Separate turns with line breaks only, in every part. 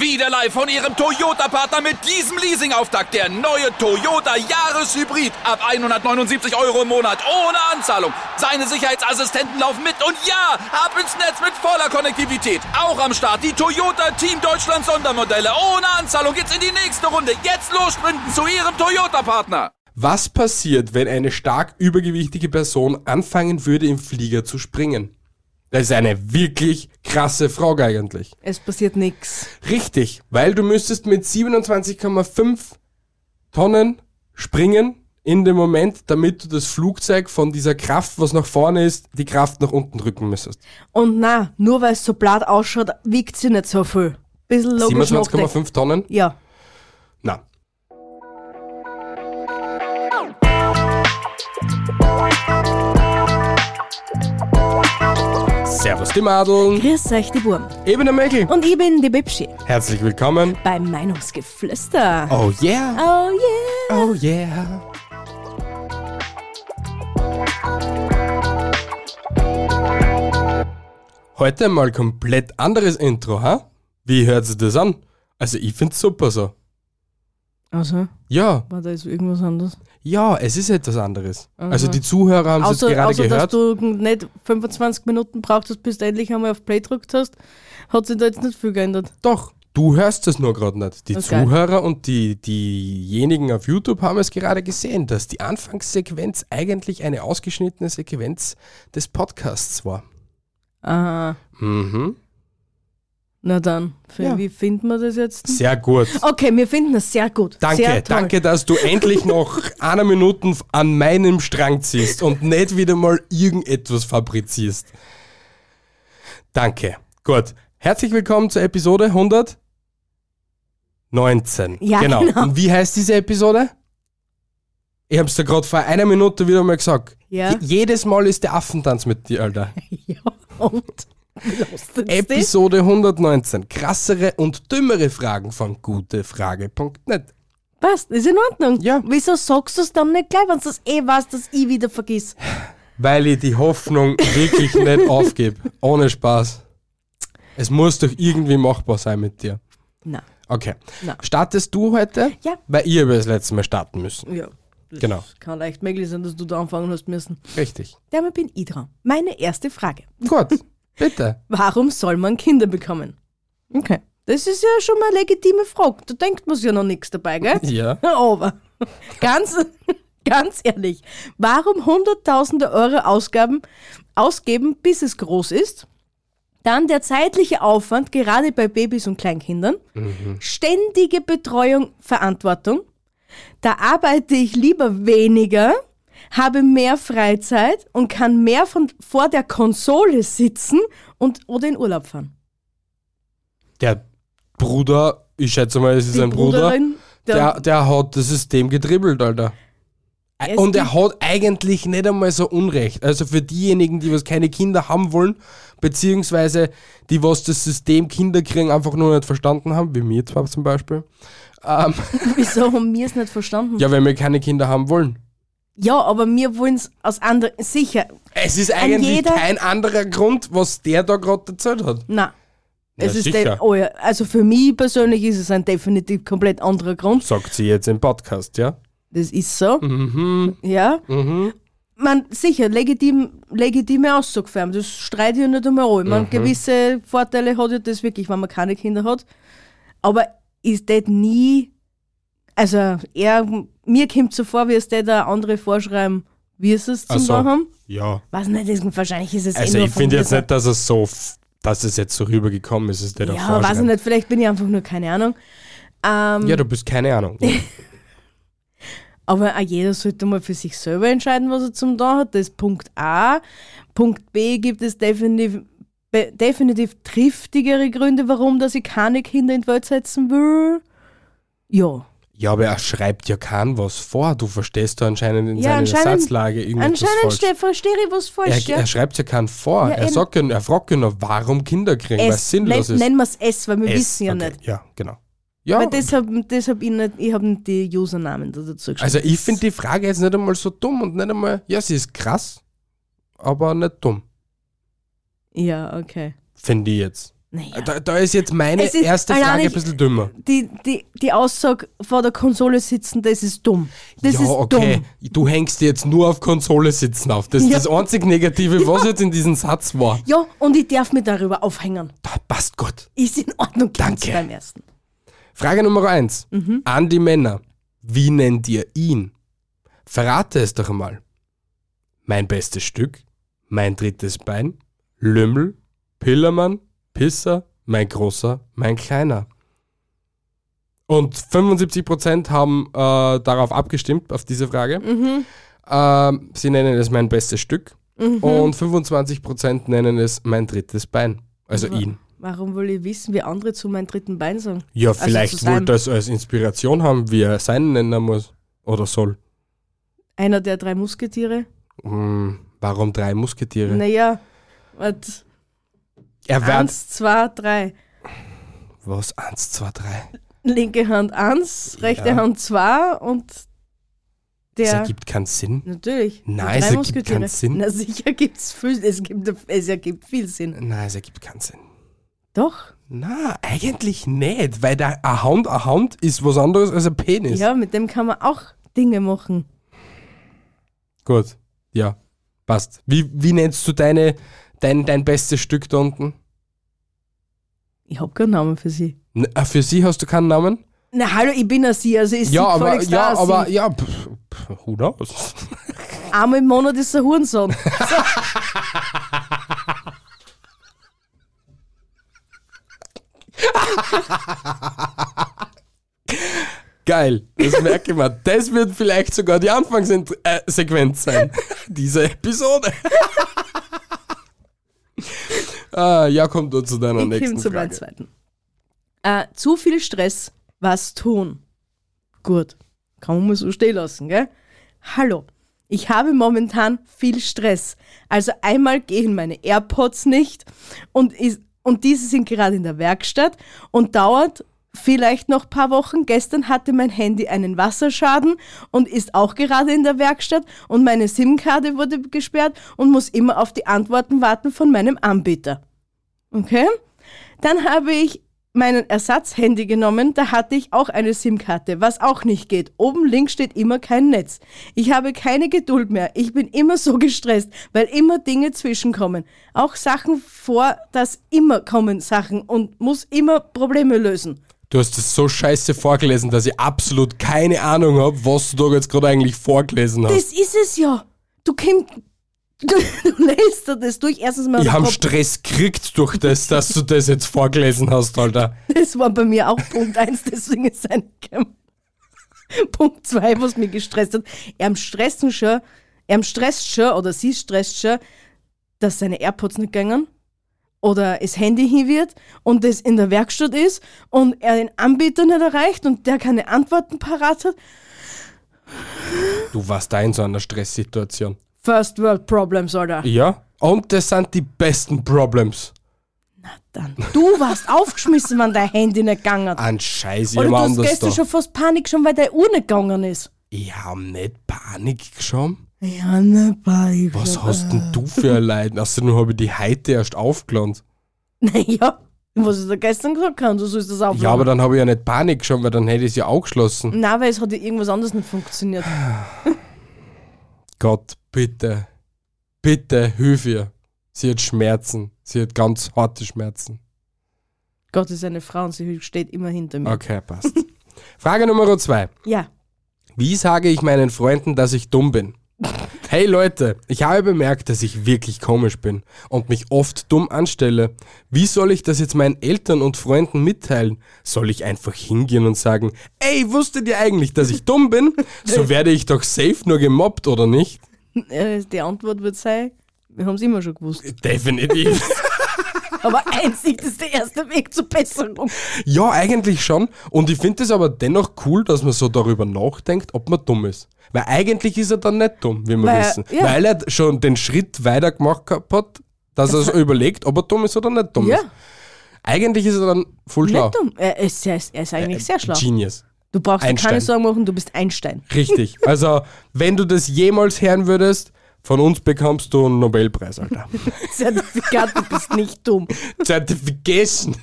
Wieder live von Ihrem Toyota-Partner mit diesem Leasing-Auftakt. Der neue Toyota Jahreshybrid. Ab 179 Euro im Monat. Ohne Anzahlung. Seine Sicherheitsassistenten laufen mit. Und ja, ab ins Netz mit voller Konnektivität. Auch am Start die Toyota Team Deutschland Sondermodelle. Ohne Anzahlung geht's in die nächste Runde. Jetzt los sprinten zu Ihrem Toyota-Partner.
Was passiert, wenn eine stark übergewichtige Person anfangen würde, im Flieger zu springen? Das ist eine wirklich krasse Frage eigentlich.
Es passiert nichts.
Richtig, weil du müsstest mit 27,5 Tonnen springen in dem Moment, damit du das Flugzeug von dieser Kraft, was nach vorne ist, die Kraft nach unten drücken müsstest.
Und na, nur weil es so blatt ausschaut, wiegt sie nicht so viel. Bisschen logisch nachdenken.
27,5 Tonnen?
Ja.
Na. Servus die Madeln,
Grüß euch, die Wurm.
Ebene Mäkel.
Und ich bin die Bibschi
Herzlich willkommen.
beim Meinungsgeflüster.
Oh yeah.
Oh yeah.
Oh yeah. Heute mal komplett anderes Intro, ha? Wie hört sich das an? Also ich find's super so.
Also,
Ja,
war da jetzt irgendwas anderes?
ja, es ist etwas anderes. Also die Zuhörer haben es jetzt
Mhm. Außer,
gerade
außer dass
gehört.
du nicht 25 Minuten brauchtest, bis du endlich einmal auf Play gedrückt hast, hat sich da jetzt nicht viel geändert.
Doch, du hörst es nur gerade nicht. Die
Okay.
Zuhörer und die, diejenigen auf YouTube haben es gerade gesehen, dass die Anfangssequenz eigentlich eine ausgeschnittene Sequenz des Podcasts war.
Aha.
Mhm.
Na dann, für
Ja.
wie finden wir das jetzt?
Sehr gut.
Okay, wir finden es sehr gut.
Danke,
sehr toll.
danke, dass du endlich noch eine Minute an meinem Strang ziehst und nicht wieder mal irgendetwas fabrizierst. Danke. Gut. Herzlich willkommen zur Episode 119.
Ja, genau.
Und wie heißt diese Episode? Ich hab's dir gerade vor einer Minute wieder mal gesagt.
Ja.
Je- Jedes Mal ist der Affentanz mit dir, Alter.
Ja, und? Lasst uns das?
Episode 119. Krassere und dümmere Fragen von gutefrage.net.
Passt, ist in Ordnung.
Ja.
Wieso sagst du es dann nicht gleich, wenn du es eh weißt, dass ich wieder vergiss?
Weil ich die Hoffnung wirklich nicht aufgebe. Ohne Spaß. Es muss doch irgendwie machbar sein mit dir.
Na,
Okay.
Na.
Startest du heute?
Ja.
Weil ich habe das letzte Mal starten müssen.
ja. Das
Genau.
Kann leicht möglich sein, dass du da anfangen hast müssen.
Richtig.
Damit bin ich dran. Meine erste Frage.
Gut. Bitte.
Warum soll man Kinder bekommen? Okay. Das ist ja schon mal eine legitime Frage. Da denkt man sich ja noch nichts dabei, gell?
Ja.
Aber ganz, ganz ehrlich, warum Hunderttausende Euro Ausgaben ausgeben, bis es groß ist? Dann der zeitliche Aufwand, gerade bei Babys und Kleinkindern, ständige Betreuung, Verantwortung. Da arbeite ich lieber weniger, habe mehr Freizeit und kann mehr von, vor der Konsole sitzen und oder in Urlaub fahren.
Der Bruder, ich schätze mal, es ist
Die
ein Bruder,
Bruderin,
der, der hat das System getribbelt, Alter.
Es
Und
gibt-
er hat eigentlich nicht einmal so Unrecht. Also für diejenigen, die was keine Kinder haben wollen, beziehungsweise die was das System Kinder kriegen einfach nur nicht verstanden haben, wie mir zwar zum Beispiel.
wieso haben wir es nicht verstanden?
Ja, weil wir keine Kinder haben wollen.
Ja, aber wir wollen es aus anderen. Sicher.
Es ist eigentlich
jeder-
kein anderer Grund, was der da gerade erzählt hat.
Nein. es ist
sicher.
de- oh ja, also für mich persönlich ist es ein definitiv komplett anderer Grund.
Sagt sie jetzt im Podcast, ja?
Das ist
Mhm.
so. Ja. Man, sicher, legitim, legitime Aussage für einen. Das streite ich nicht einmal an. Ich
Mhm.
meine, gewisse Vorteile hat ja das wirklich, wenn man keine Kinder hat. Aber ist das nie. Also, er, mir kommt so vor, wie es der da andere vorschreiben, wie es es
Ach
zum
so.
machen.
Also, Ja.
Weiß nicht, das- wahrscheinlich ist es eh
Also
nur
ich
von
finde
mir
jetzt
so.
nicht, dass es so, f- dass es jetzt so rübergekommen ist, ist der da
Ja, weiß ich nicht, vielleicht bin ich einfach nur keine Ahnung. Ähm,
Ja, du bist keine Ahnung.
Aber auch jeder sollte mal für sich selber entscheiden, was er zum Da hat. Das ist Punkt A. Punkt B gibt es definitiv, be- definitiv triftigere Gründe, warum dass ich keine Kinder in die Welt setzen will. Ja,
Ja, aber er schreibt ja kein was vor. Du verstehst da anscheinend in
Ja,
seiner
anscheinend-
Satzlage irgendwas
anscheinend
falsch.
ste- verstehe ich was falsch.
Er,
Ja,
er schreibt ja keinen vor.
Ja,
er,
eben.
sagt ja, er fragt ja nur, warum Kinder kriegen, weil es sinnlos
Nen-
ist.
Nennen wir es S, weil wir
Es,
wissen ja
okay,
nicht.
Ja, genau. Ja,
Weil deshalb, deshalb ich nicht, ich habe nicht die Usernamen da dazu geschrieben.
also ich finde die Frage jetzt nicht einmal so dumm und nicht einmal, ja, sie ist krass, aber nicht dumm,
ja, okay.
finde ich jetzt.
Naja.
Ah, Da, da ist jetzt meine
Es ist
erste
allein
Frage ein
nicht-
bisschen dümmer.
Die, die, die Aussage vor der Konsole sitzen, das ist dumm. Das
ja,
ist
okay.
dumm.
Du hängst dir jetzt nur auf Konsole sitzen auf. Das ist
Ja.
das einzig Negative, was jetzt in diesem Satz war.
Ja, und ich darf mich darüber aufhängen.
Da passt gut.
Ist in Ordnung. ganz
Danke.
Beim ersten.
Frage Nummer eins An die Männer. Wie nennt ihr ihn? Verrate es doch einmal. Mein bestes Stück, mein drittes Bein, Lümmel, Pillermann, Pisser, mein großer, mein kleiner. Und 75% haben äh, darauf abgestimmt, auf diese Frage. Ähm, sie nennen es mein bestes Stück und 25% nennen es mein drittes Bein. Also ihn.
Warum will ich wissen, wie andere zu meinem dritten Bein sagen?
Ja,
Also
vielleicht
zu
wollte er
seinem-
es als Inspiration haben, wie er seinen nennen muss oder soll.
Einer der drei Musketiere?
Hm, warum drei Musketiere?
Naja, was?
Er war
Eins, zwei, drei.
was? Eins, zwei, drei.
Linke Hand eins, rechte
Ja.
Hand zwei und
Das
der.
ergibt keinen Sinn.
Natürlich. die
Nein, es
drei
ergibt
Musketiere.
keinen Sinn.
Na sicher gibt's viel, es gibt es ergibt viel Sinn.
Nein, es ergibt keinen Sinn.
Doch.
Na, eigentlich nicht, weil der ein Hound, ein Hound ist was anderes als ein Penis.
Ja, mit dem kann man auch Dinge machen.
Gut, ja, passt. Wie, wie nennst du deine, dein, dein bestes Stück da unten?
Ich hab keinen Namen für sie.
N- ah, Für sie hast du keinen Namen?
Na hallo, ich bin ja sie, also ist
ja,
sie
aber, ja,
völlig klar,
aber,
sie.
ja, pff, pff, who knows?
Einmal im Monat ist ein Hurensohn.
Geil, das merke ich mir. Das wird vielleicht sogar die Anfangssequenz sein, dieser Episode. ah, ja, komm du zu deiner
Ich
nächsten
komme zu meinem
Frage.
zweiten. Äh, zu viel Stress, was tun? Gut, kann man mal so stehen lassen, gell? Hallo, ich habe momentan viel Stress. Also einmal gehen meine AirPods nicht und, is- und diese sind gerade in der Werkstatt und dauert vielleicht noch ein paar Wochen. Gestern hatte mein Handy einen Wasserschaden und ist auch gerade in der Werkstatt und meine SIM-Karte wurde gesperrt und muss immer auf die Antworten warten von meinem Anbieter. Okay. Dann habe ich meinen Ersatzhandy genommen, da hatte ich auch eine SIM-Karte, was auch nicht geht. Oben links steht immer kein Netz. Ich habe keine Geduld mehr. Ich bin immer so gestresst, weil immer Dinge zwischenkommen. Auch Sachen vor, dass immer kommen Sachen und muss immer Probleme lösen.
Du hast das so scheiße vorgelesen, dass ich absolut keine Ahnung habe, was du da jetzt gerade eigentlich vorgelesen hast.
Das ist es ja. Du kommst, du, du lässt dir das durch. Erstens mal,
Ich habe Stress gekriegt durch das, dass du das jetzt vorgelesen hast, Alter.
das war bei mir auch Punkt eins, deswegen ist es eingekommen. Punkt zwei, was mich gestresst hat. Er stressen schon, er stresst schon oder sie stresst schon, dass seine AirPods nicht gingen oder das Handy hin wird und das in der Werkstatt ist und er den Anbieter nicht erreicht und der keine Antworten parat hat.
Du warst da in so einer Stresssituation.
First World Problems, Alter.
Ja? Und das sind die besten Problems.
Dann. Du warst aufgeschmissen, wenn dein Handy nicht gegangen hat.
An Scheiße,
Oder du
jemand
hast
anders
gestern
da.
schon fast Panik, schon weil deine Uhr nicht gegangen ist.
Ich habe nicht Panik geschoben.
Ja, ne Panik.
Was hast denn du für ein Leiden? Außerdem habe ich die heute erst aufgeladen.
Naja, was ich da gestern gesagt habe, du sollst das aufladen.
Ja, aber dann habe ich ja nicht Panik geschoben, weil dann hätte ich es ja auch geschlossen.
Nein, weil es hat ja irgendwas anderes nicht funktioniert.
Gott, bitte. Bitte, hilf ihr. Sie hat Schmerzen. Sie hat ganz harte Schmerzen.
Gott ist eine Frau und sie steht immer hinter mir.
Okay, passt. Frage Nummer zwei.
Ja,
Wie sage ich meinen Freunden, dass ich dumm bin? Hey Leute, ich habe bemerkt, dass ich wirklich komisch bin und mich oft dumm anstelle. Wie soll ich das jetzt meinen Eltern und Freunden mitteilen? Soll ich einfach hingehen und sagen, ey, wusstet ihr eigentlich, dass ich dumm bin? So werde ich doch safe nur gemobbt, oder nicht?
äh, die Antwort wird sein, wir haben es immer schon gewusst.
Definitiv.
Aber einzig ist der erste Weg zur Besserung.
Ja, eigentlich schon. Und ich finde es aber dennoch cool, dass man so darüber nachdenkt, ob man dumm ist. Weil eigentlich ist er dann nicht dumm, wie wir
Weil-
wissen.
ja.
Weil er schon den Schritt weiter gemacht gehabt hat, dass er so überlegt, ob er dumm ist oder nicht dumm
Ja,
ist. Eigentlich ist er dann voll schlau.
nicht dumm. Er ist, er ist, er ist eigentlich sehr schlau.
Genius.
Du brauchst dir
Äh, Einstein.
keine Sorgen machen, du bist Einstein.
Richtig. Also, wenn du das jemals hören würdest, Von uns bekommst du einen Nobelpreis, Alter.
Zertifikat, du bist nicht dumm.
Zertification.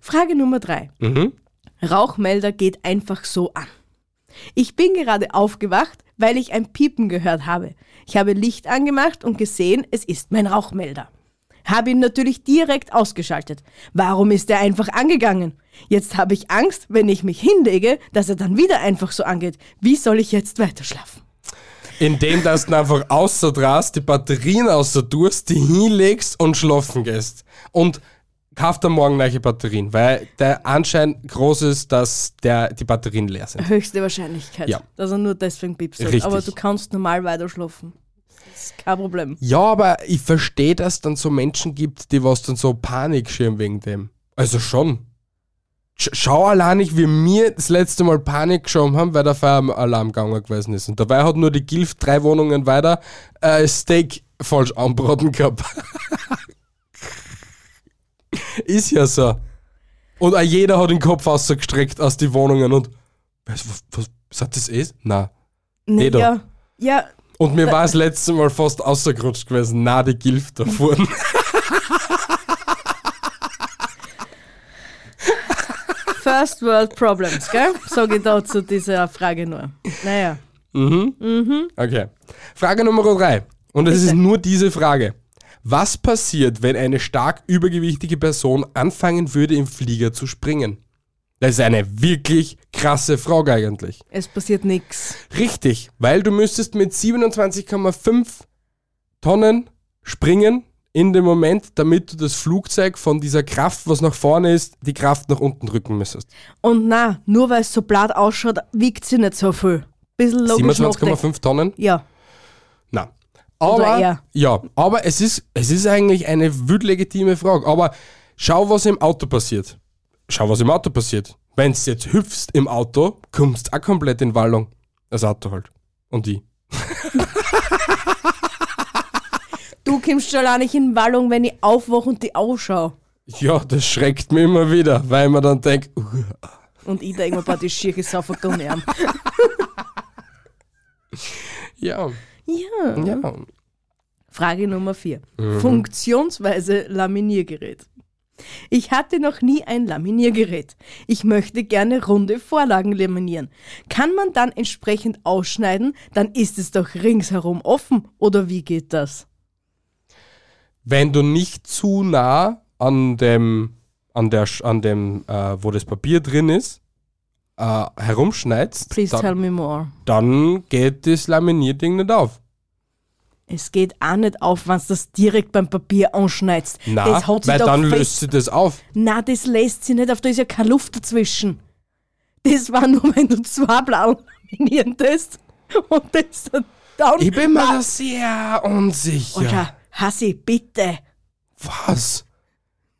Frage Nummer drei.
Mhm.
Rauchmelder geht einfach so an. Ich bin gerade aufgewacht, weil ich ein Piepen gehört habe. Ich habe Licht angemacht und gesehen, es ist mein Rauchmelder. Habe ihn natürlich direkt ausgeschaltet. Warum ist er einfach angegangen? Jetzt habe ich Angst, wenn ich mich hinlege, dass er dann wieder einfach so angeht. Wie soll ich jetzt weiterschlafen?
Indem dass du einfach außerdrast, die Batterien außerdurst, die hinlegst und schlafen gehst. Und kauf dann morgen neue Batterien, weil der Anschein groß ist, dass der, die Batterien leer sind.
Höchste Wahrscheinlichkeit,
Ja.
dass er nur deswegen piepst. hat.
Richtig.
Aber du kannst normal weiterschlafen. Das ist kein Problem.
Ja, aber ich verstehe, dass es dann so Menschen gibt, die was dann so Panik schirmen wegen dem. Also schon. Sch schau allein nicht, wie wir das letzte Mal Panik geschoben haben, weil der Feueralarm gegangen gewesen ist. Und dabei hat nur die Gilf drei Wohnungen weiter äh, Steak falsch anbraten gehabt. ist ja so. Und auch jeder hat den Kopf ausgestreckt aus die Wohnungen und was, was, was sagt das eh? Na.
Nee,
Eh doch.
ja, ja,
Und mir war das letzte Mal fast ausgerutscht gewesen. Na, die Gift da vorne.
First World Problems, gell? Sage ich da zu dieser Frage nur. Naja,
Okay. Frage Nummer drei. Und es ist nur diese Frage. Was passiert, wenn eine stark übergewichtige Person anfangen würde, im Flieger zu springen? Das ist eine wirklich krasse Frage eigentlich.
es passiert nichts.
Richtig, weil du müsstest mit 27,5 Tonnen springen in dem Moment, damit du das Flugzeug von dieser Kraft, was nach vorne ist, die Kraft nach unten drücken müsstest.
Und na, nur weil es so blöd ausschaut, wiegt sie nicht so viel. Bisschen logisch nachdenken.
27,5 Tonnen?
Ja,
Na.
Oder
Aber,
eher.
ja, aber es ist, es ist eigentlich eine wild legitime Frage. Aber schau, was im Auto passiert. Schau, was im Auto passiert. Wenn du jetzt hüpfst im Auto, kommst du auch komplett in Wallung. Das Auto halt. Und die.
du kommst schon allein nicht in Wallung, wenn ich aufwache und die aufschau.
Ja, das schreckt mich immer wieder, weil man dann denkt, uh,
Und ich denke mir, boah, die Schirche ist auf Ja,
ja, ja.
Frage Nummer 4.
Mhm.
Funktionsweise Laminiergerät. Ich hatte noch nie ein Laminiergerät. Ich möchte gerne runde Vorlagen laminieren. Kann man dann entsprechend ausschneiden, dann ist es doch ringsherum offen. Oder wie geht das?
Wenn du nicht zu nah an dem, an der, Sch- an dem, äh, wo das Papier drin ist, äh, herumschneidst,
Please tell
dann,
me more.
dann geht das Laminierding nicht auf.
Es geht auch nicht auf, wenn du das direkt beim Papier anschneidst.
Na,
das hat sich
weil
doch
dann
fest-
löst sie das auf.
Na, das lässt sich nicht auf, da ist ja keine Luft dazwischen. Das war nur, wenn du zwei blau laminieren tust und das dann down.
Ich bin mir da sehr unsicher.
Alter, äh, Hassi, bitte.
Was?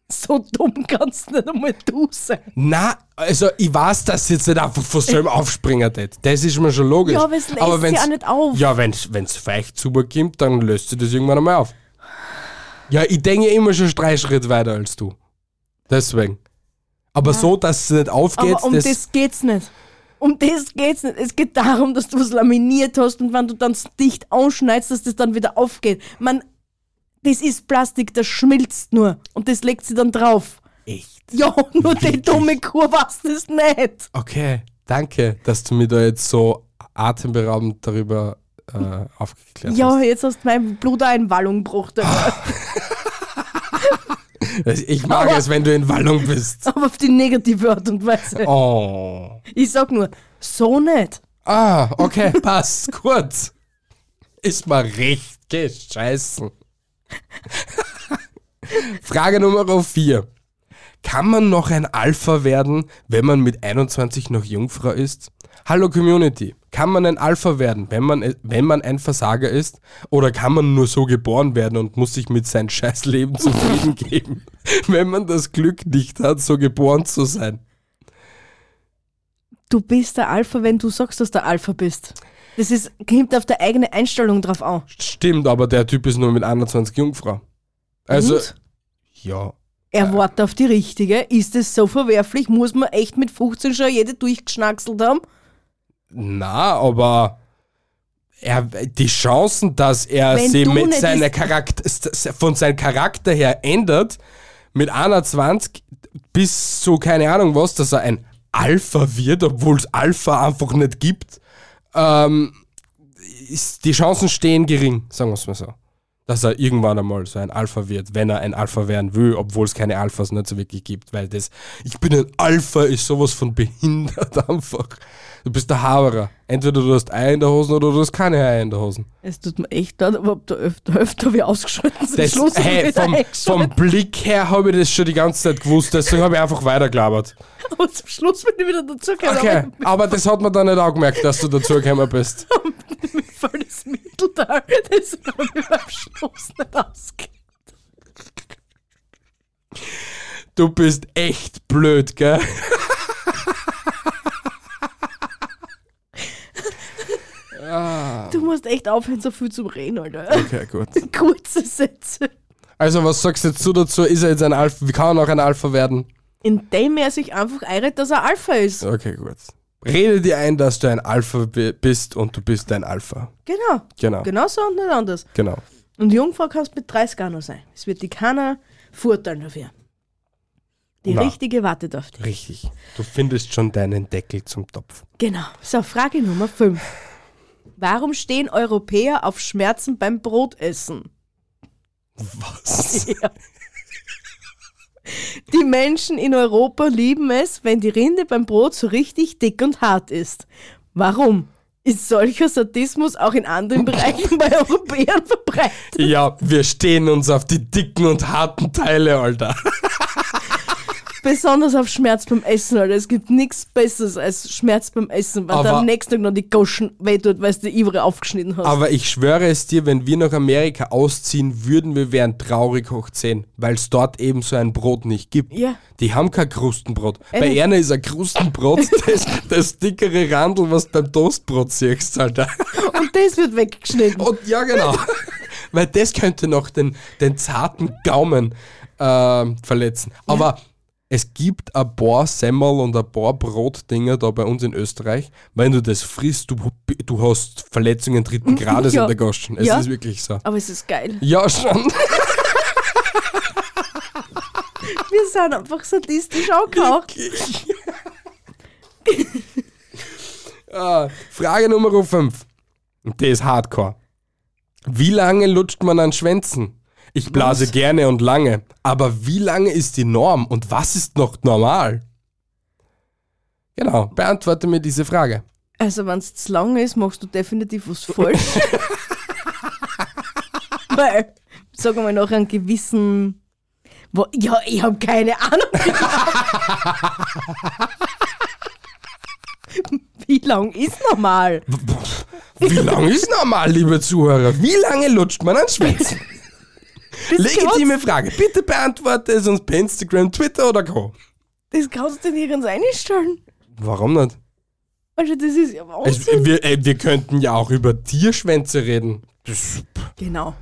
So dumm kannst du nicht einmal du sein.
Na, also ich weiß, dass sie jetzt nicht einfach von selber aufspringen tät. Das ist mir schon logisch.
Ja, aber es lässt sie
wenn's-
auch nicht auf.
Ja, wenn's wenn's feucht zubekommt, dann löst sie das irgendwann einmal auf. Ja, ich denke immer schon drei Schritte weiter als du. Deswegen. Aber so, dass es nicht aufgeht,
Aber um
das,
das, geht's nicht. Um das geht's nicht. Es geht darum, dass du es laminiert hast und wenn du dann dicht ausschneidst, dass das dann wieder aufgeht. Man, das ist Plastik, das schmilzt nur und das legt sie dann drauf.
Echt?
Ja, nur die dumme Kur was das nicht.
Okay, danke, dass du mir da jetzt so atemberaubend darüber äh, aufgeklärt hast.
Ja, jetzt hast du mein Blut auch in Wallung gebracht. Alter.
Ich mag
Aber-
es, wenn du in Wallung bist.
Aber auf die negative Art und Weise.
Oh.
Ich sag nur, so nicht.
Ah, okay, passt. Gut. Ist mal recht gescheißen. Frage Nummer 4. Kann man noch ein Alpha werden, wenn man mit 21 noch Jungfrau ist? Hallo Community, kann man ein Alpha werden, wenn man, wenn man ein Versager ist? Oder kann man nur so geboren werden und muss sich mit seinem scheiß Leben zufrieden geben, wenn man das Glück nicht hat, so geboren zu sein?
du bist der Alpha, wenn du sagst, dass du der Alpha bist. Das ist, kommt auf deine eigene Einstellung drauf an.
Stimmt, aber der Typ ist nur mit 21 Jungfrau. Also, äh,
Und
ja.
er wartet auf die richtige. Ist es so verwerflich? Muss man echt mit 15 schon jede durchgeschnackselt haben?
Na, aber er, die Chancen, dass er
Wenn
sie
du
mit
nicht
seiner
ist-
Charakter, von seinem Charakter her ändert, mit 21 bis zu keine Ahnung was, dass er ein Alpha wird, obwohl es Alpha einfach nicht gibt, ähm, ist, die Chancen stehen gering, sagen wir es mal so. Dass er irgendwann einmal so ein Alpha wird, wenn er ein Alpha werden will, obwohl es keine Alphas nicht so wirklich gibt, weil das, ich bin ein Alpha, ist sowas von behindert einfach. Du bist der Haberer. Entweder du hast Eier in der Hose oder du hast keine Eier in der Hose.
Es tut mir echt leid, aber ob da öfter, öfter wir ausgeschritten sind,
Das,
Schluss ist
hey,
wieder
vom, vom
eingeschritten.
Blick her habe ich das schon die ganze Zeit gewusst, deswegen habe ich einfach weitergelabert.
Und zum Schluss bin ich wieder dazugekommen.
Okay, aber das hat man dann nicht angemerkt, dass du dazugekommen bist.
Mir fällt das Mittelteil, das habe ich beim Schluss nicht ausgegeben.
Du bist echt blöd, gell?
Du musst echt aufhören, so viel zu reden, Alter.
Okay, gut.
Kurze Sätze.
Also, was sagst du jetzt du dazu? Ist er jetzt ein Alpha? Wie kann er noch ein Alpha werden?
Indem er sich einfach eiret, dass er Alpha ist.
Okay, gut. Rede dir ein, dass du ein Alpha bi- bist und du bist ein Alpha.
Genau.
Genau.
Genau so und nicht anders.
Genau.
Und Jungfrau kannst mit 30 auch noch sein. Es wird die keiner verurteilen dafür. Die
Na.
richtige wartet auf dich.
Richtig. Du findest schon deinen Deckel zum Topf.
Genau. So, Frage Nummer 5. Warum stehen Europäer auf Schmerzen beim Brotessen?
Was?
Die Menschen in Europa lieben es, wenn die Rinde beim Brot so richtig dick und hart ist. Warum? Ist solcher Sadismus auch in anderen Bereichen bei Europäern verbreitet?
Ja, wir stehen uns auf die dicken und harten Teile, Alter.
Besonders auf Schmerz beim Essen, Alter. Es gibt nichts Besseres als Schmerz beim Essen, weil
Aber-
da am nächsten Tag noch die Goschen wehtut, weil du die Ivre aufgeschnitten hast.
Aber ich schwöre es dir, wenn wir nach Amerika ausziehen würden, wir wären traurig hoch 10, weil es dort eben so ein Brot nicht gibt.
Ja.
Die haben kein Krustenbrot. Bei
Ehrlich?
Erna ist ein Krustenbrot das, das dickere Randel, was du beim Toastbrot siehst, Alter.
Und das wird weggeschnitten.
Und ja, genau. Weil das könnte noch den, den zarten Gaumen ähm, verletzen. Aber es gibt ein paar Semmel und ein paar Brotdinger da bei uns in Österreich. Wenn du das frisst, du, du hast Verletzungen dritten Grades
Ja.
in der Goschen. Es
Ja.
ist wirklich so.
Aber es ist geil.
Ja, schon.
Wir sind einfach sadistisch angehaucht.
Ah, Frage Nummer 5. Und die ist hardcore. Wie lange lutscht man an Schwänzen? Ich blase gerne und lange. Aber wie lange ist die Norm und was ist noch normal? Genau, beantworte mir diese Frage.
Also, wenn es zu lang ist, machst du definitiv was falsch. Weil, sagen wir nach einem gewissen. Wo, ja, ich habe keine Ahnung. Wie lang ist normal?
Wie lange ist normal, liebe Zuhörer? Wie lange lutscht man an Schwänzen?
Das
Legitime Frage. Bitte beantworte es uns per Instagram, Twitter oder Co.
Kannst, das kannst du dir ganz einstellen.
Warum nicht?
Also, das ist ja
Es,
Wahnsinn.
wir, äh, wir könnten ja auch über Tierschwänze reden. Das
genau.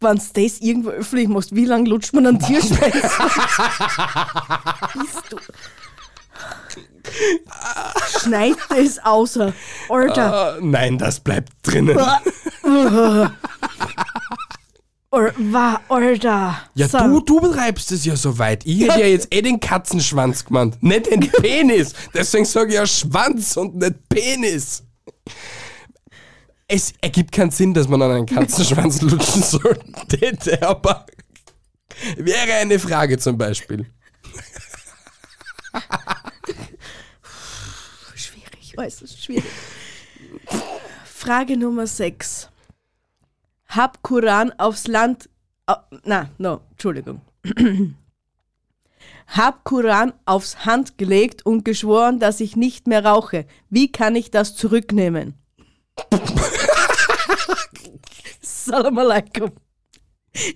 Wenn du das irgendwo öffentlich machst, wie lange lutscht man an Tierschwänzen? Bist du. Schneid das außer. Alter.
Äh, nein, das bleibt drinnen.
Ah, Or, wa, Alter.
Ja,
So.
du, du betreibst es ja so weit. Ich hätte ja jetzt eh den Katzenschwanz gemeint, nicht den Penis. Deswegen sage ich ja Schwanz und nicht Penis. Es ergibt keinen Sinn, dass man an einen Katzenschwanz lutschen sollte, aber wäre eine Frage zum Beispiel.
Schwierig, äußerst schwierig. Frage Nummer 6. Hab Koran aufs Land. au- na, no, Entschuldigung. Hab Koran aufs Hand gelegt und geschworen, dass ich nicht mehr rauche. Wie kann ich das zurücknehmen? Salam alaikum.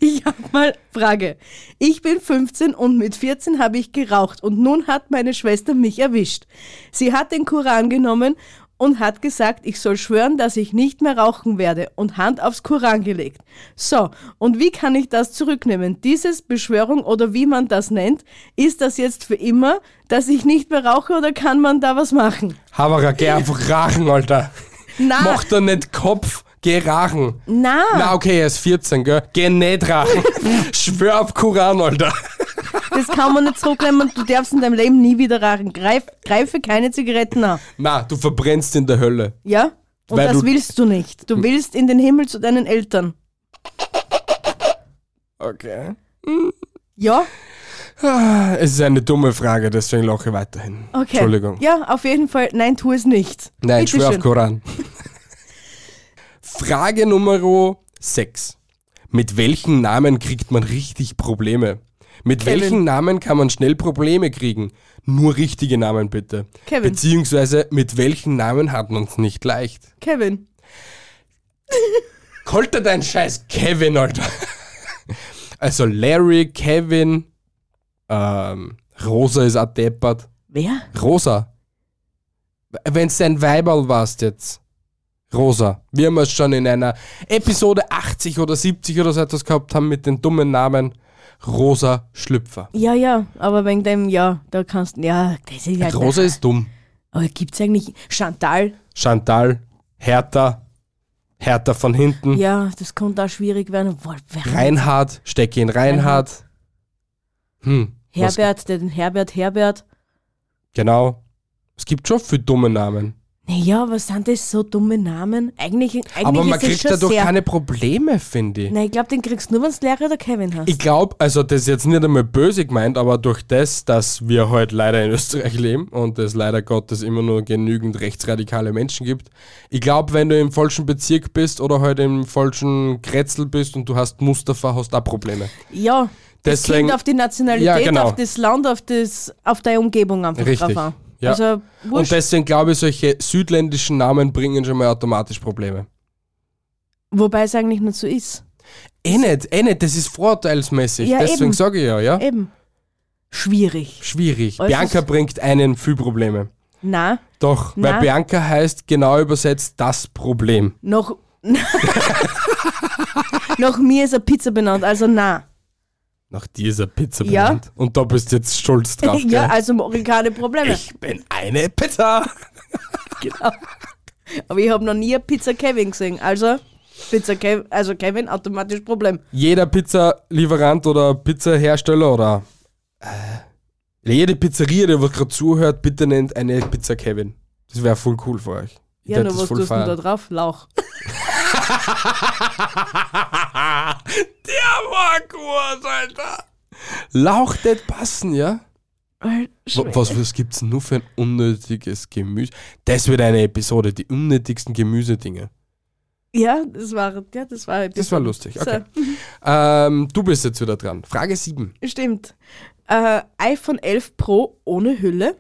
Ich hab mal Frage. Ich bin 15 und mit 14 habe ich geraucht und nun hat meine Schwester mich erwischt. Sie hat den Koran genommen und hat gesagt, ich soll schwören, dass ich nicht mehr rauchen werde und Hand aufs Koran gelegt. So, und wie kann ich das zurücknehmen? Dieses Beschwörung oder wie man das nennt, ist das jetzt für immer, dass ich nicht mehr rauche oder kann man da was machen?
Havara, geh einfach rachen, Alter.
Na,
Mach da nicht Kopf, Gerachen.
Na,
Na, okay, er ist 14, gell? Genedrachen. Schwör auf Kuran, Alter.
das kann man nicht zurücknehmen. Du darfst in deinem Leben nie wieder rachen. Greif, greife keine Zigaretten an.
Na, du verbrennst in der Hölle.
Ja? Und
Weil
das
du-
willst du nicht. Du willst in den Himmel zu deinen Eltern.
Okay.
Ja?
Es ist eine dumme Frage, deswegen lache ich weiterhin.
Okay.
Entschuldigung.
Ja, auf jeden Fall. Nein, tu es nicht.
Nein,
Bitte
schwör auf
schön.
Koran. Frage Nummer 6. Mit welchen Namen kriegt man richtig Probleme? Mit
Kevin.
welchen Namen kann man schnell Probleme kriegen? Nur richtige Namen bitte.
Kevin.
Beziehungsweise mit welchen Namen hat man es nicht leicht?
Kevin.
Kolter dein Scheiß Kevin, Alter. Also Larry, Kevin, ähm, Rosa ist auch deppert.
Wer?
Rosa. Wenn's dein Weiberl warst jetzt. Rosa. Wir haben es schon in einer Episode 80 oder 70 oder so etwas gehabt haben mit den dummen Namen Rosa Schlüpfer.
Ja, ja, aber wegen dem, ja, da kannst du, ja, das ist halt.
Rosa ist dumm.
Aber gibt's eigentlich Chantal?
Chantal, Hertha, Hertha von hinten,
Ja, das konnte auch schwierig werden. Boah, wer-
Reinhard, stecke in Reinhard. Hm, was-
Herbert, den Herbert, Herbert.
Genau. Es gibt schon viele dumme Namen.
Naja, was sind das so dumme Namen? Eigentlich, eigentlich
Aber man
ist das
kriegt
schon
dadurch
sehr.
keine Probleme, finde ich.
Nein, ich glaube, den kriegst du nur, wenn du Lehrer oder Kevin hast.
Ich glaube, also das ist jetzt nicht einmal böse gemeint, aber durch das, dass wir heute leider in Österreich leben und es leider Gottes immer nur genügend rechtsradikale Menschen gibt, ich glaube, wenn du im falschen Bezirk bist oder heute im falschen Kretzel bist und du hast Mustafa, hast du auch Probleme.
ja, das
deswegen-
kommt auf die Nationalität,
Ja, genau.
auf das Land, auf, das, auf deine Umgebung einfach
Richtig,
drauf an.
ja.
Also,
Und
wurscht.
deswegen glaube ich, solche südländischen Namen bringen schon mal automatisch Probleme.
Wobei es eigentlich nicht so ist.
Eh nicht, eh nicht, das ist vorurteilsmäßig.
Ja,
deswegen
eben.
sage ich ja, ja.
Eben. Schwierig.
Schwierig.
Äußerst-
Bianca bringt einen viel Probleme.
Na,
Doch,
Na.
weil Bianca heißt genau übersetzt das Problem.
noch. nach mir ist eine Pizza benannt, also na.
Nach dieser Pizza
Ja.
benannt. Und da bist du jetzt stolz drauf.
ja,
gell?
also mache ich keine Probleme.
ich bin eine Pizza.
Aber ich habe noch nie eine Pizza Kevin gesehen. Also, Pizza Kevin, also Kevin, automatisch Problem.
Jeder Pizzalieferant oder Pizzahersteller oder äh, jede Pizzeria, die was gerade zuhört, bitte nennt eine Pizza Kevin. Das wäre voll cool für euch. Ich
Ja,
tät
nur
das
was
voll
tust du denn da
feiern.
drauf? Lauch.
Der war gut, Alter. Lauch det passen, ja? Wa- Was, was gibt's denn nur für ein unnötiges Gemüse? Das wird eine Episode, die unnötigsten Gemüsedinge.
Ja, das war, ja, das war ein
Das war lustig. Okay. Ähm, du bist jetzt wieder dran. Frage 7.
So, stimmt. Äh, iPhone 11 Pro ohne Hülle.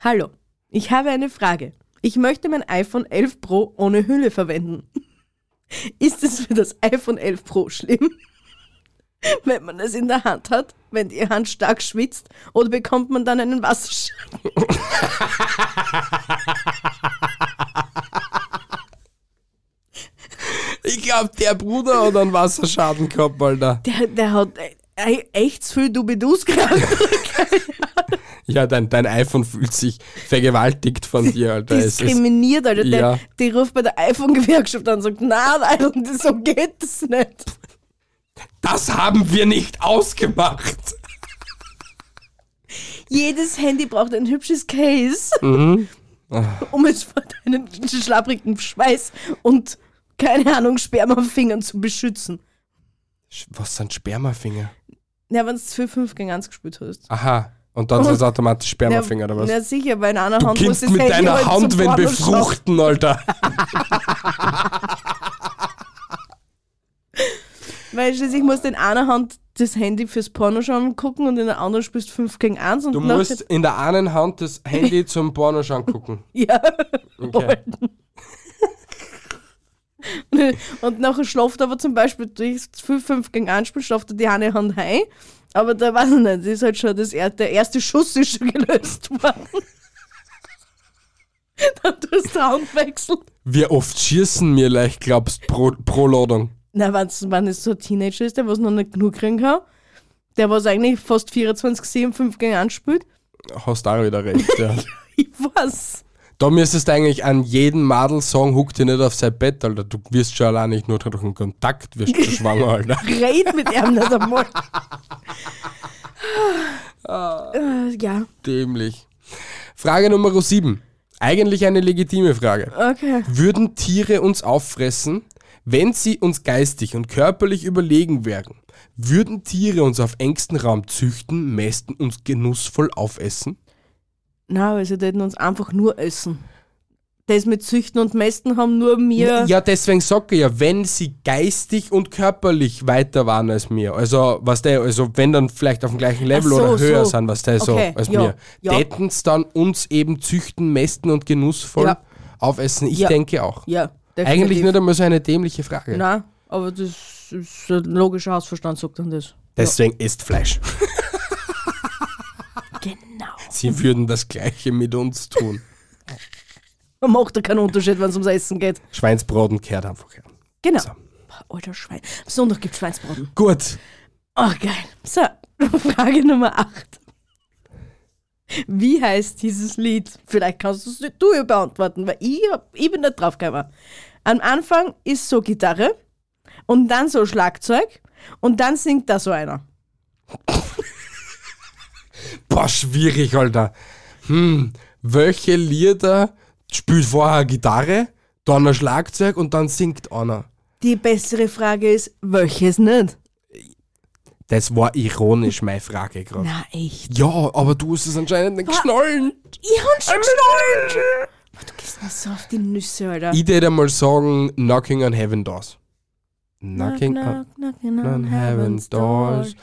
Hallo, ich habe eine Frage. Ich möchte mein iPhone 11 Pro ohne Hülle verwenden. Ist es für das iPhone 11 Pro schlimm, wenn man es in der Hand hat, wenn die Hand stark schwitzt oder bekommt man dann einen Wasserschaden?
Ich glaube, der Bruder hat einen Wasserschaden gehabt, Alter.
Der, der hat e- e- echt zu viel Dubidus gehabt.
Ja, dein, dein iPhone fühlt sich vergewaltigt von dir, Alter. Es ist,
Diskriminiert, Alter. Der,
ja.
Die ruft bei der iPhone-Gewerkschaft an und sagt, nein, Alter, so geht das nicht.
das haben wir nicht ausgemacht.
Jedes Handy braucht ein hübsches Case,
Mhm.
um es vor deinem schlapprigen Schweiß und, keine Ahnung, Spermafingern zu beschützen.
Sch- Was sind Spermafinger?
Ja, wenn du es für fünf gegen eins gespielt hast.
Aha. Und dann sind es automatisch Spermafinger, oder was?
Oh. Na sicher, bei einer anderen
Du
Hand muss
kannst
das
mit
Handy
deiner
halt
Hand
zum
wenn
Porno schauen.
befruchten, Alter.
Weil schließlich musst du in einer Hand das Handy fürs Porno schauen gucken und in der anderen spielst du fünf gegen eins und
Du
nachher-
musst in der einen Hand das Handy zum Pornoschauen gucken.
Ja.
Okay.
Und nachher schlaft aber zum Beispiel durch 5 gegen 1 Spiel, schlaft er die eine Hand heim. Aber da weiß ich nicht, das ist halt schon das, er- der erste Schuss ist schon gelöst worden. Dann tust du Hand wechseln.
Wie oft schießen mir leicht, glaubst pro, pro Ladung?
Na, wenn es so ein Teenager ist, der was noch nicht genug kriegen kann, der was eigentlich fast 24, 7, 5 gegen 1 spielt,
Hast du auch wieder recht, ja.
ich weiß.
Da müsstest du eigentlich an jeden Madel sagen, huck dich nicht auf sein Bett, Alter. Du wirst schon allein nicht nur durch den Kontakt, wirst du schwanger, Alter.
Red mit ihm das einmal. äh, ja,
Dämlich. Frage Nummer 7. Eigentlich eine legitime Frage.
okay.
Würden Tiere uns auffressen, wenn sie uns geistig und körperlich überlegen wären? Würden Tiere uns auf engstem Raum züchten, mästen uns genussvoll aufessen?
Na, weil sie täten uns einfach nur essen. Das mit Züchten und Mästen haben nur mir.
Ja, deswegen sag ich ja, wenn sie geistig und körperlich weiter waren als mir, also was der, also wenn dann vielleicht auf dem gleichen Level
Ach so,
oder höher
so.
sind, was der so
Okay,
als
ja,
mir,
ja.
täten's dann uns eben züchten, mästen und genussvoll
Ja.
aufessen? Ich
Ja.
denke auch.
Ja, definitiv.
Eigentlich nicht einmal so eine dämliche Frage.
Nein, aber das ist ein logischer Hausverstand, sagt dann das.
Deswegen isst Fleisch.
Genau.
Sie würden das Gleiche mit uns tun.
Man macht da keinen Unterschied, wenn es ums Essen geht.
Schweinsbraten kehrt einfach her.
Genau. Boah, Alter Schwein. Am Sonntag gibt Schweinsbraten.
Gut.
Oh, geil. So, Frage Nummer 8. Wie heißt dieses Lied? Vielleicht kannst du es nicht du beantworten, weil ich, hab- ich bin nicht draufgekommen. Am Anfang ist so Gitarre und dann so Schlagzeug und dann singt da so einer.
Boah, schwierig, Alter. Hm, welche Lieder spielt vorher Gitarre, dann ein Schlagzeug und dann singt einer?
Die bessere Frage ist, welches nicht?
Das war ironisch, meine Frage gerade.
Na, echt.
Ja, aber du hast es anscheinend nicht geschnallt.
Ich hab
Äh,
schon
Geschnallt!
geschmissen so auf die Nüsse, Alter.
äh, Ich würde mal sagen, Knocking on Heaven Doors.
Knock,
Knocking on
knock, knocking
on Heaven's Doors.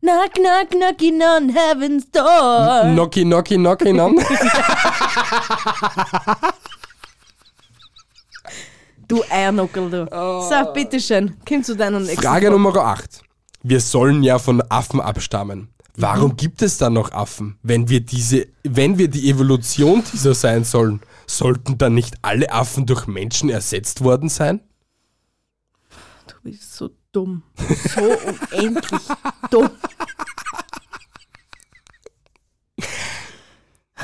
Knock, knock, knocking on heaven's door.
Knocky, knocky, knocking on.
Du Eiernuckel, du. So, bitteschön, komm zu deiner nächsten
Frage Nummer 8. Wir sollen ja von Affen abstammen. Warum gibt es dann noch Affen? Wenn wir diese, wenn wir die Evolution dieser sein sollen, sollten dann nicht alle Affen durch Menschen ersetzt worden sein?
Du bist so dumm. So unendlich dumm.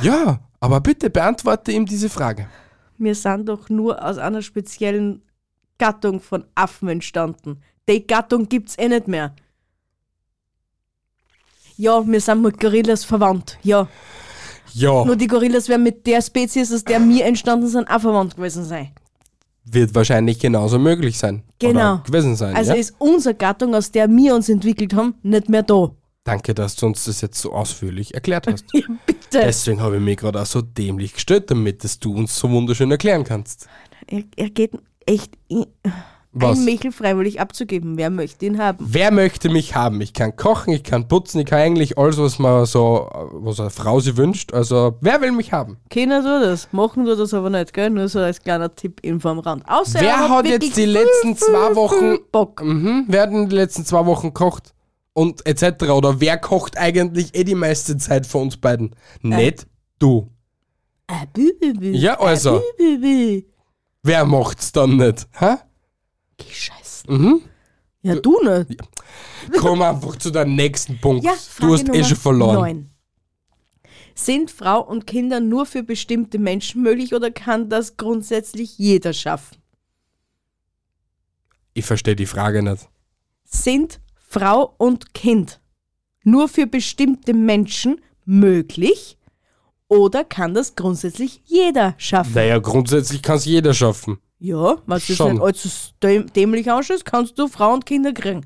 Ja, aber bitte beantworte ihm diese Frage.
Wir sind doch nur aus einer speziellen Gattung von Affen entstanden. Die Gattung gibt's eh nicht mehr. Ja, wir sind mit Gorillas verwandt. Ja.
Ja,
Nur die Gorillas werden mit der Spezies, aus der mir entstanden sind, auch verwandt gewesen sein.
wird wahrscheinlich genauso möglich sein.
Genau.
Oder gewesen sein.
Also
ja?
ist unsere Gattung, aus der wir uns entwickelt haben, nicht mehr da.
Danke, dass du uns das jetzt so ausführlich erklärt hast.
Ja, bitte.
Deswegen habe ich mich gerade auch so dämlich gestellt, damit dass du uns so wunderschön erklären kannst.
er, er geht echt in,
Was?
ein Michel freiwillig abzugeben. Wer möchte ihn haben?
Wer möchte mich haben? Ich kann kochen, ich kann putzen, ich kann eigentlich alles, was man so, was eine Frau sie wünscht. Also, wer will mich haben?
Keiner tut das. Machen tut das aber nicht, gell? Nur so als kleiner Tipp in vom Rand. Außer
wer
er
hat,
wirklich
jetzt die letzten zwei Wochen,
Bock.
mhm, wer hat in den letzten zwei Wochen gekocht? Und etc. Oder wer kocht eigentlich eh die meiste Zeit von uns beiden?
Äh.
Nicht du.
Ah, bü, bü, bü.
Ja, also.
Ah, bü, bü, bü.
Wer macht's dann nicht? Hä?
Geh scheißen.
Mhm.
Ja, du nicht.
Komm einfach zu deinem nächsten Punkt.
Ja,
du
Frage
hast eh
Nummer
schon verloren.
neun. Sind Frau und Kinder nur für bestimmte Menschen möglich oder kann das grundsätzlich jeder schaffen?
Ich verstehe die Frage nicht.
Sind Frau und Kind nur für bestimmte Menschen möglich oder kann das grundsätzlich jeder schaffen?
Naja, grundsätzlich kann es jeder schaffen.
Ja, wenn du es
Schon.
nicht allzu däm dämlich anschaust, kannst du Frauen und Kinder kriegen.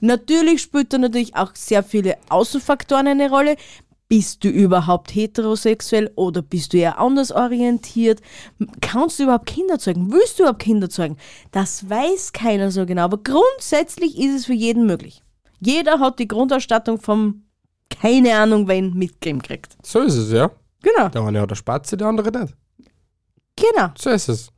Natürlich spielt da natürlich auch sehr viele Außenfaktoren eine Rolle. Bist du überhaupt heterosexuell oder bist du eher anders orientiert? Kannst du überhaupt Kinder zeugen? Willst du überhaupt Kinder zeugen? Das weiß keiner so genau, aber grundsätzlich ist es für jeden möglich. Jeder hat die Grundausstattung vom keine Ahnung wen mitgeben kriegt.
So ist es, ja.
Genau,
Der eine hat eine Spatze, der andere nicht.
genau.
So ist es.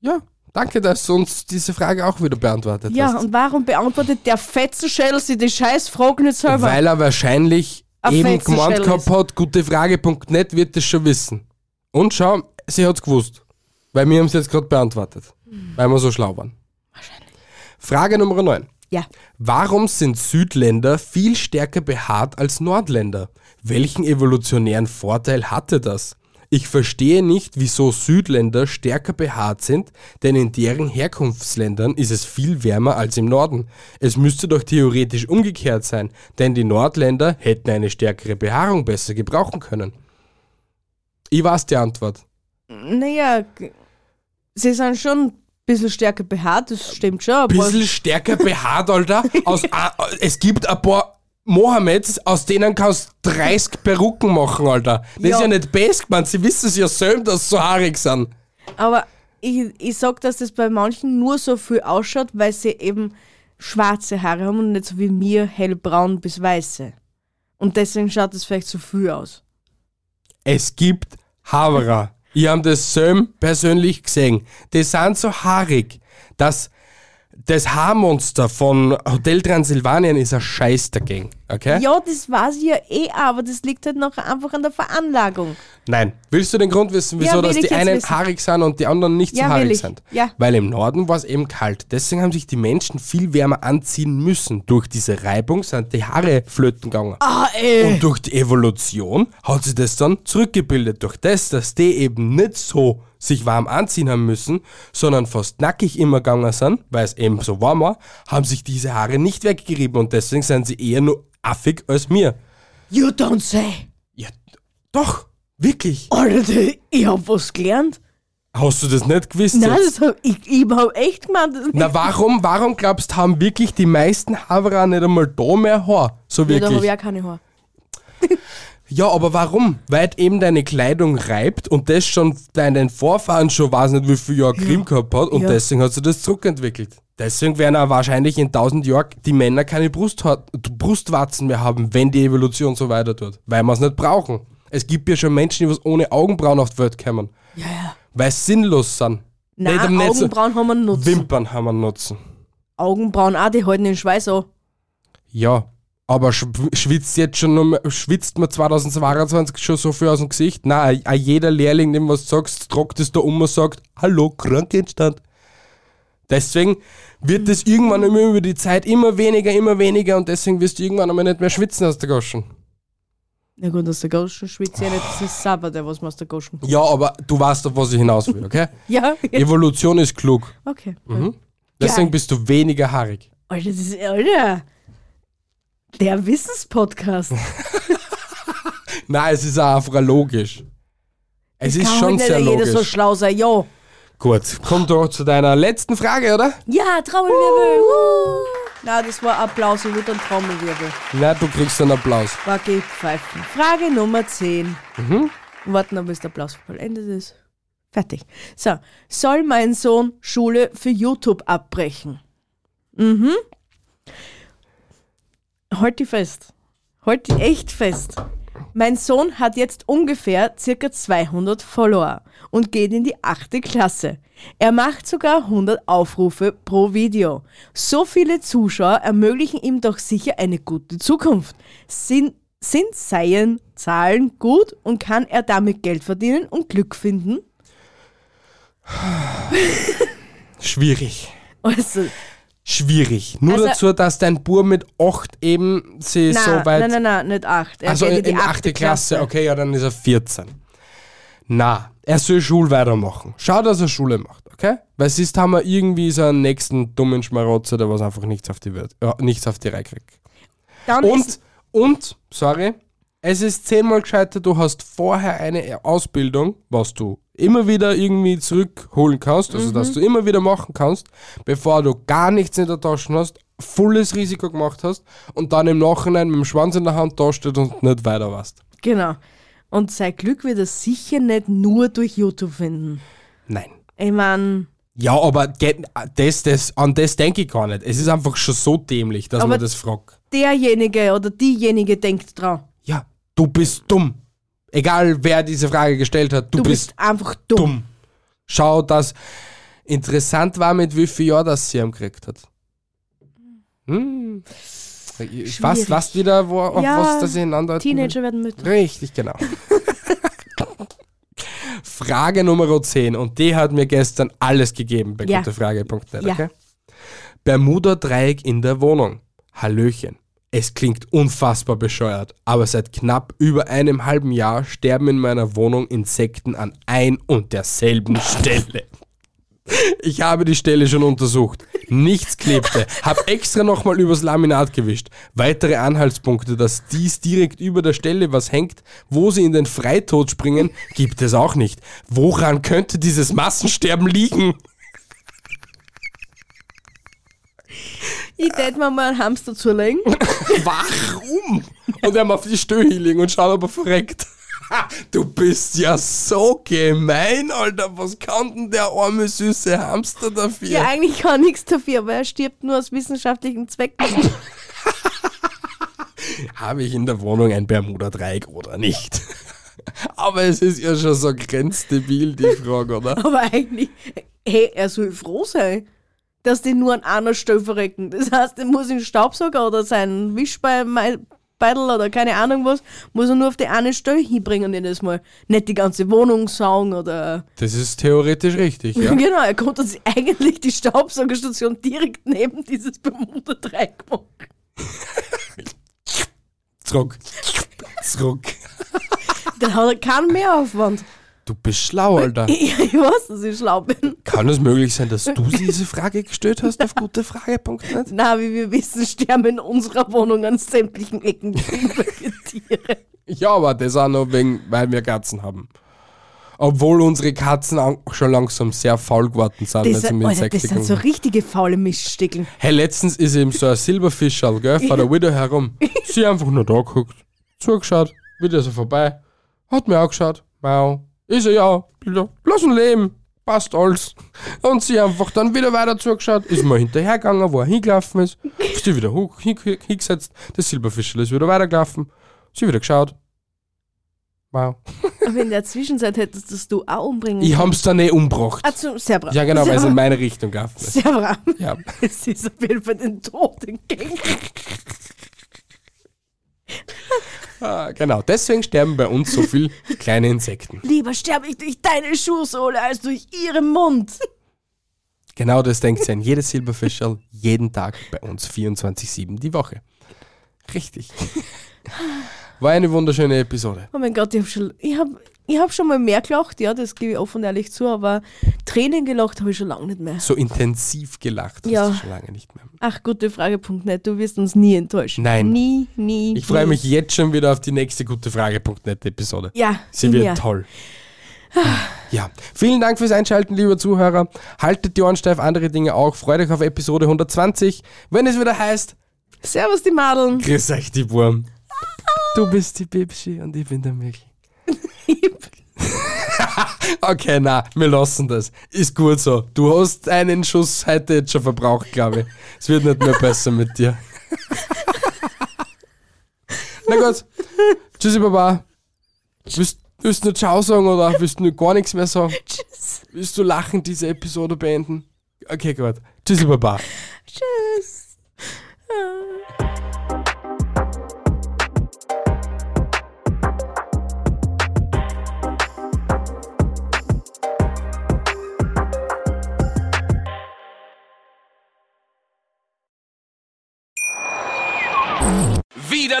Ja, danke, dass du uns diese Frage auch wieder beantwortet
Ja,
hast.
und warum beantwortet der Fetzenschädel sich die scheiß Fragen nicht selber?
Weil er wahrscheinlich
Ein
eben
Fetzenschädel
gemeint
ist.
gehabt hat, gutefrage.net wird es schon wissen. Und schau, sie hat es gewusst.
Hm.
Weil wir haben es jetzt gerade beantwortet. Weil wir so schlau waren. Wahrscheinlich. Frage Nummer 9.
Ja.
Warum sind Südländer viel stärker behaart als Nordländer? Welchen evolutionären Vorteil hatte das? Ich verstehe nicht, wieso Südländer stärker behaart sind, denn in deren Herkunftsländern ist es viel wärmer als im Norden. Es müsste doch theoretisch umgekehrt sein, denn die Nordländer hätten eine stärkere Behaarung besser gebrauchen können. Ich weiß die Antwort.
Naja, g- sie sind schon ein bisschen stärker behaart, das stimmt schon. Aber
Bisschen stärker behaart, Alter. Aus, a- es gibt ein paar Mohammeds, aus denen kannst du 30 Perucken machen, Alter. Das
Ja.
ist ja nicht best, man. Sie wissen es ja selbst, dass sie so haarig sind.
aber ich, ich sag, dass das bei manchen nur so viel ausschaut, weil sie eben schwarze Haare haben und nicht so wie mir hellbraun bis weiße. Und deswegen schaut es vielleicht so viel aus.
Es gibt Haverer. Ich habe das Söm persönlich gesehen. Die sind so haarig, dass das Haarmonster von Hotel Transsilvanien ist ein Scheiß dagegen. Okay?
Ja, das weiß ich ja eh, aber das liegt halt noch einfach an der Veranlagung.
Nein. Willst du den Grund wissen, wieso
Ja, will
dass
ich
die
jetzt
einen
wissen.
haarig sind und die anderen nicht
Ja,
so
will
haarig
ich.
sind?
Ja.
Weil im Norden war es eben kalt. Deswegen haben sich die Menschen viel wärmer anziehen müssen. Durch diese Reibung sind die Haare flöten gegangen.
Ah, ey.
Und durch die Evolution hat sie das dann zurückgebildet. Durch das, dass die eben nicht so sich warm anziehen haben müssen, sondern fast nackig immer gegangen sind, weil es eben so warm war, haben sich diese Haare nicht weggerieben und deswegen sind sie eher nur affig als mir.
You don't say.
Ja, doch, wirklich.
Alter, ich hab was gelernt.
Hast du das nicht gewusst?
Nein,
jetzt?
das hab ich, ich hab echt gemeint. das-
Na, warum, warum glaubst du, haben wirklich die meisten Haverer nicht einmal da mehr Haar? So
ja, da hab
wirklich.
ich auch keine Haare.
Ja, aber warum? Weil eben deine Kleidung reibt und das schon deinen Vorfahren schon weiß nicht, wie viel Jahre Krim gehabt hat und
Ja.
deswegen hat sie das zurückentwickelt. Deswegen werden auch wahrscheinlich in 1000 Jahren die Männer keine Brusthaar- Brustwarzen mehr haben, wenn die Evolution so weiter tut. Weil wir es nicht brauchen. Es gibt ja schon Menschen, die was ohne Augenbrauen auf die Welt kommen.
Ja, ja.
Weil sie sinnlos sind. Nicht am
Nein,
Netz-
Augenbrauen haben wir einen Nutzen.
Wimpern haben wir nutzen.
Augenbrauen auch, die halten den Schweiß an.
Ja, aber schw- schwitzt jetzt schon um, schwitzt man 2022 schon so viel aus dem Gesicht? Nein, a- a jeder Lehrling, dem was sagst, trockt es da um und sagt, hallo, Krankenstand. Deswegen wird das irgendwann immer über die Zeit immer weniger, immer weniger und deswegen wirst du irgendwann einmal nicht mehr schwitzen aus der Goschen.
Na gut, aus der Goschen schwitze ich nicht, das ist sauber, der was man aus der Goschen.
Ja, aber du weißt auf was ich hinaus will, okay?
Ja, ja.
Evolution ist klug.
okay.
Deswegen
Ja.
bist du weniger haarig.
Alter, das ist, Alter, der Wissenspodcast.
Nein, es ist auch einfach logisch. Es ist
Kann
schon
halt nicht
sehr
jeder so
logisch.
schlau sein, ja.
Gut, komm doch zu deiner letzten Frage, oder?
Ja, Trommelwirbel. Uh. Na, das war Applaus, ich will dann Trommelwirbel.
Na, du kriegst einen Applaus.
Wacke, pfeifen. Frage Nummer 10. Warten, aber bis der Applaus vollendet ist. Fertig. So, soll mein Sohn Schule für YouTube abbrechen? Mhm. Halt die fest. Halt die echt fest. Mein Sohn hat jetzt ungefähr circa 200 Follower und geht in die achte Klasse. Er macht sogar 100 Aufrufe pro Video. So viele Zuschauer ermöglichen ihm doch sicher eine gute Zukunft. Sind, sind seien Zahlen gut und kann er damit Geld verdienen und Glück finden?
Schwierig.
Also,
Schwierig. Nur
Also-
dazu, dass dein Bub mit 8 eben sie
nein,
so weit.
nein, nein, nein, nicht acht. Er
also
geht in
in,
die
in
achte Klasse.
Okay, ja, dann ist er 14. Na, er soll Schule weitermachen. Schau, dass er Schule macht, okay? Weil sonst haben wir irgendwie so einen nächsten dummen Schmarotzer, der was einfach nichts auf die, Welt, ja, nichts auf die Reihe kriegt.
Dann ist,
Und, und, sorry, es ist zehnmal gescheiter, du hast vorher eine Ausbildung, was du immer wieder irgendwie zurückholen kannst, also dass du immer wieder machen kannst, bevor du gar nichts in der Tasche hast, volles Risiko gemacht hast und dann im Nachhinein mit dem Schwanz in der Hand da steht und nicht weiter warst.
genau. Und sein Glück wird er sicher nicht nur durch YouTube finden.
Nein.
Ich meine,
Ja, aber ge- das, das, an das denke ich gar nicht. Es ist einfach schon so dämlich, dass
Aber-
man das fragt.
derjenige oder diejenige denkt dran.
Ja, du bist dumm. Egal wer diese Frage gestellt hat, du,
Du
bist
bist, einfach dumm.
dumm. Schau, dass interessant war, mit wie viel Jahr das sie ihm gekriegt hat. Hm. Was, was wieder, wo, auf
Ja,
was das ihn andeutet?
Teenager werden müde.
Richtig, genau. Frage Nummer 10 und die hat mir gestern alles gegeben bei
Ja.
gutefrage.net.
Ja.
Okay? Bermuda-Dreieck in der Wohnung. Hallöchen. Es klingt unfassbar bescheuert, aber seit knapp über einem halben Jahr sterben in meiner Wohnung Insekten an ein und derselben Stelle. Ich habe die Stelle schon untersucht. Nichts klebte. Hab extra nochmal übers Laminat gewischt. Weitere Anhaltspunkte, dass dies direkt über der Stelle was hängt, wo sie in den Freitod springen, gibt es auch nicht. Woran könnte dieses Massensterben liegen?
Ich tät mir mal einen Hamster zulegen.
Warum? Und er mal auf die Stöhe liegen und schaut, ob er verreckt. Ha, Du bist ja so gemein, Alter. Was kann denn der arme, süße Hamster dafür?
Ja, eigentlich kann nichts dafür, aber er stirbt nur aus wissenschaftlichen Zwecken.
Habe ich in der Wohnung ein Bermuda-Dreieck oder nicht? Aber es ist ja schon so grenzdebil, die Frage, oder?
Aber eigentlich, hey, er soll froh sein, dass die nur an einer Stelle verrecken. Das heißt, er muss den Staubsauger oder seinen Wischbeutel oder keine Ahnung was, muss er nur auf die eine Stelle hinbringen jedes Mal. Nicht die ganze Wohnung saugen oder...
Das ist theoretisch richtig, ja.
Genau, er konnte sich eigentlich die Staubsaugerstation direkt neben dieses Bermuda-Dreieck machen.
Zurück. Zurück.
Dann hat er keinen Mehraufwand.
Du bist schlau, Alter.
Ich, ich weiß, dass ich schlau bin.
Kann es möglich sein, dass du diese Frage gestellt hast auf gutefrage.net?
Na, wie wir wissen, sterben in unserer Wohnung an sämtlichen Ecken irgendwelche Tiere.
Ja, aber das auch nur wegen, weil wir Katzen haben. Obwohl unsere Katzen auch schon langsam sehr faul geworden sind, wenn
Das,
sie mit
Alter, das
Insekten
sind so richtige faule Miststickeln.
Hey, letztens ist eben so ein Silberfischerl, gell, vor der Widow herum. Sie einfach nur da geguckt, zugeschaut, wieder so vorbei, hat mir angeschaut, mau. Ich so, ja, ja, lass ihn leben, passt alles. Und sie einfach dann wieder weiter zugeschaut, ist mal hinterhergegangen, wo er hingelaufen ist, ist sie wieder hoch, hin, hin- hingesetzt, das Silberfischerl ist wieder weitergelaufen, sie wieder geschaut, wow.
Aber in der Zwischenzeit hättest du es du auch umbringen
Ich hab's dann eh umgebracht.
Ah, zum sehr brav.
Ja, genau, weil
sehr
es in
brav.
meine Richtung gelaufen ist.
Sehr brav.
Ja.
Es ist auf jeden Fall den Tod entgegen.
Ah, Genau, deswegen sterben bei uns so viel kleine Insekten.
Lieber sterbe ich durch deine Schuhsohle als durch ihren Mund.
Genau das denkt sich an jedes Silberfischerl jeden Tag bei uns 24-7 die Woche. Richtig. War eine wunderschöne Episode.
Oh mein Gott, ich habe schon, ich hab, ich hab schon mal mehr gelacht, ja, das gebe ich offen und ehrlich zu, aber Tränen gelacht habe ich schon lange nicht mehr.
So intensiv gelacht hast
Ja.
du schon lange nicht mehr.
Ach, gute Frage.net, du wirst uns nie enttäuschen.
Nein.
Nie, nie.
Ich freue
nie.
mich jetzt schon wieder auf die nächste gute Frage.net Episode.
Ja,
Sie wird
ja.
toll. Ja, vielen Dank fürs Einschalten, liebe Zuhörer. Haltet die Ohren steif, andere Dinge auch. Freut euch auf Episode 120, wenn es wieder heißt,
Servus, die Madeln.
grüß euch, die Wurm.
Ah.
Du bist die Bibschi und ich bin der Milch. Okay, na, wir lassen das. Ist gut so. Du hast einen Schuss heute jetzt schon verbraucht, glaube ich. Es wird nicht mehr besser mit dir. Na gut. Tschüssi, Baba. Willst, willst du nur Ciao sagen oder willst du nur gar nichts mehr sagen?
Tschüss.
Willst du lachend diese Episode beenden? Okay, gut. Tschüssi, Baba.
Tschüss. Ah.
Wieder